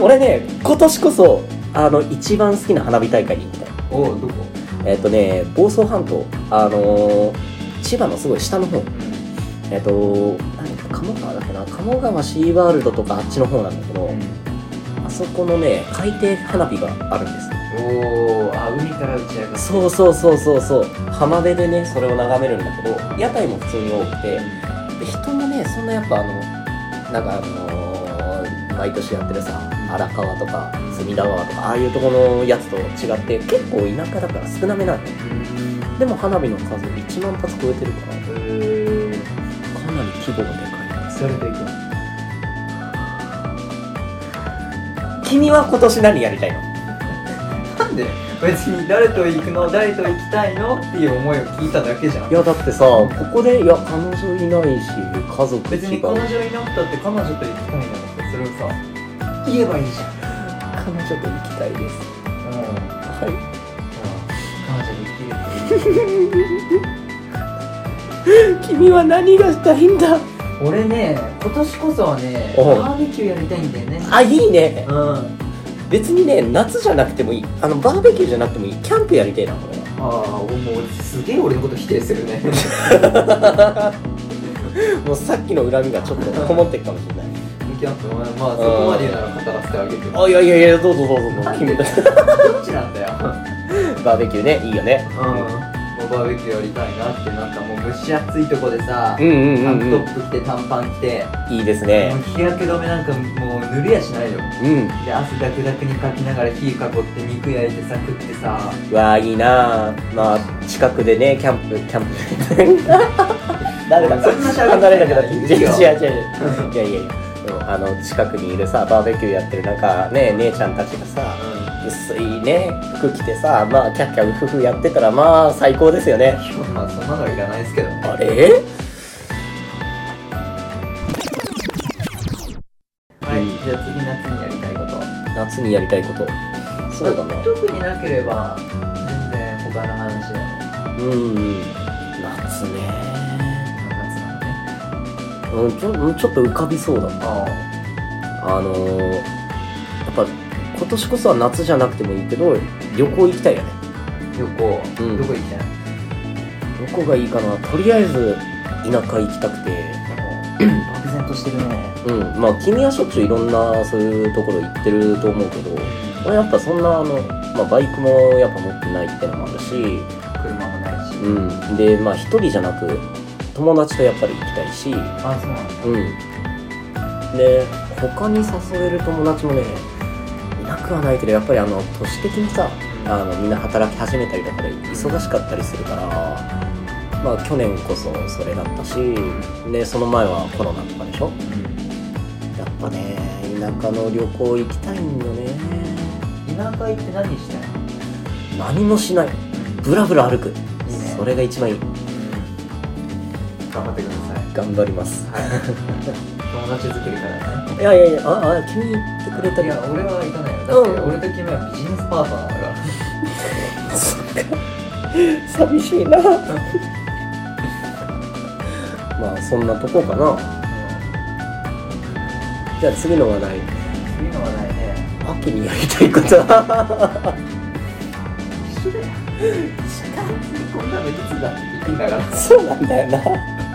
俺ね今年こそあの一番好きな花火大会に行ったおおどこえっ、とね房総半島あのー千葉のすごい下の方えっ、と何鴨川だっけな鴨川シーワールドとかあっちの方なんだけど、あそこのね海底花火があるんですおおあ海から打ち上がるそうそうそうそうそう浜辺でねそれを眺めるんだけど屋台も普通に多くてで人もねそんなやっぱあのなんかあのー毎年やってるさ荒川とか隅田川とかああいうとこのやつと違って結構田舎だから少なめなのでも花火の数1万発超えてるからうーんかなり規模がでかいなそれでいく君は今年何やりたいのなんで別に誰と行くの誰と行きたいのっていう思いを聞いただけじゃんいやだってさここでいや彼女いないし家族別に違彼う女いなくたって彼女と行きたいならそれをさ言えばいいじゃん彼女と行きたいですうんはい彼女できるっていう君は何がしたいんだ俺ね今年こそはねおうバーベキューやりたいんだよねあいいねうん別にね夏じゃなくてもいいあのバーベキューじゃなくてもいいキャンプやりたいなこれはああもうすげえ俺のこと否定するねもうさっきの恨みがちょっとこもってきたかもしれないキャンプまあまあそこまで言うなら語らせてあげるあいやいやいやどうぞどうぞどうぞなんで君たちどっちなんだよ バーベキューねいいよねうんもうバーベキューやりたいなってなんかもう蒸し暑いとこでさうんうんタうンクん、トうん、ップ着て短パン着て、いいですもうね日焼け止めなんかもう塗りやしないようんで汗ダクダクにかきながら火囲って肉焼いてさ食ってさうわあいいなあまあ近くでねキャンプキャンプ 誰だそんな喋り離れなくなっていいよ違う違う違ういやいやいやでもあの近くにいるさバーベキューやってるなんかね姉ちゃんたちがさ薄いね服着てさまあキャッキャウフフやってたらまあ最高ですよねまあそんなのはいらないですけどねあれはいじゃあ次夏にやりたいこと夏にやりたいことそうだな特になければ全然他の話だようん夏ね夏なのねうんちょうんちょっと浮かびそうだなああのー、やっぱ今年こそは夏じゃなくてもいいけど旅行行きたいよね旅行、うんどこ行きたいどこがいいかなとりあえず田舎行きたくて漠然としてるねうんまあ君はしょっちゅういろんなそういうところ行ってると思うけど俺やっぱそんなあの、まあ、バイクもやっぱ持ってないってのもあるし車もないし、うんでまあ一人じゃなく友達とやっぱり行きたいしうあそうなんだんで他に誘える友達もねいなくはないけどやっぱりあの都市的にさあのみんな働き始めたりとかで忙しかったりするからまあ去年こそそれだったしでその前はコロナとかでしょやっぱね田舎の旅行行きたいんよね田舎行って何したいの何もしないブラブラ歩くそれが一番いい頑張ってください頑張ります友達作りからねいやいやいやああ君言ってくれたいりや俺は行かないようんだって俺と君はビジネスパートナーだから 寂しいなまあそんなとこかなじゃあ次の話題次の話題ね秋にやりたいこと は一緒だよ時間にこんなのいつだって言ってんだからそうなんだよな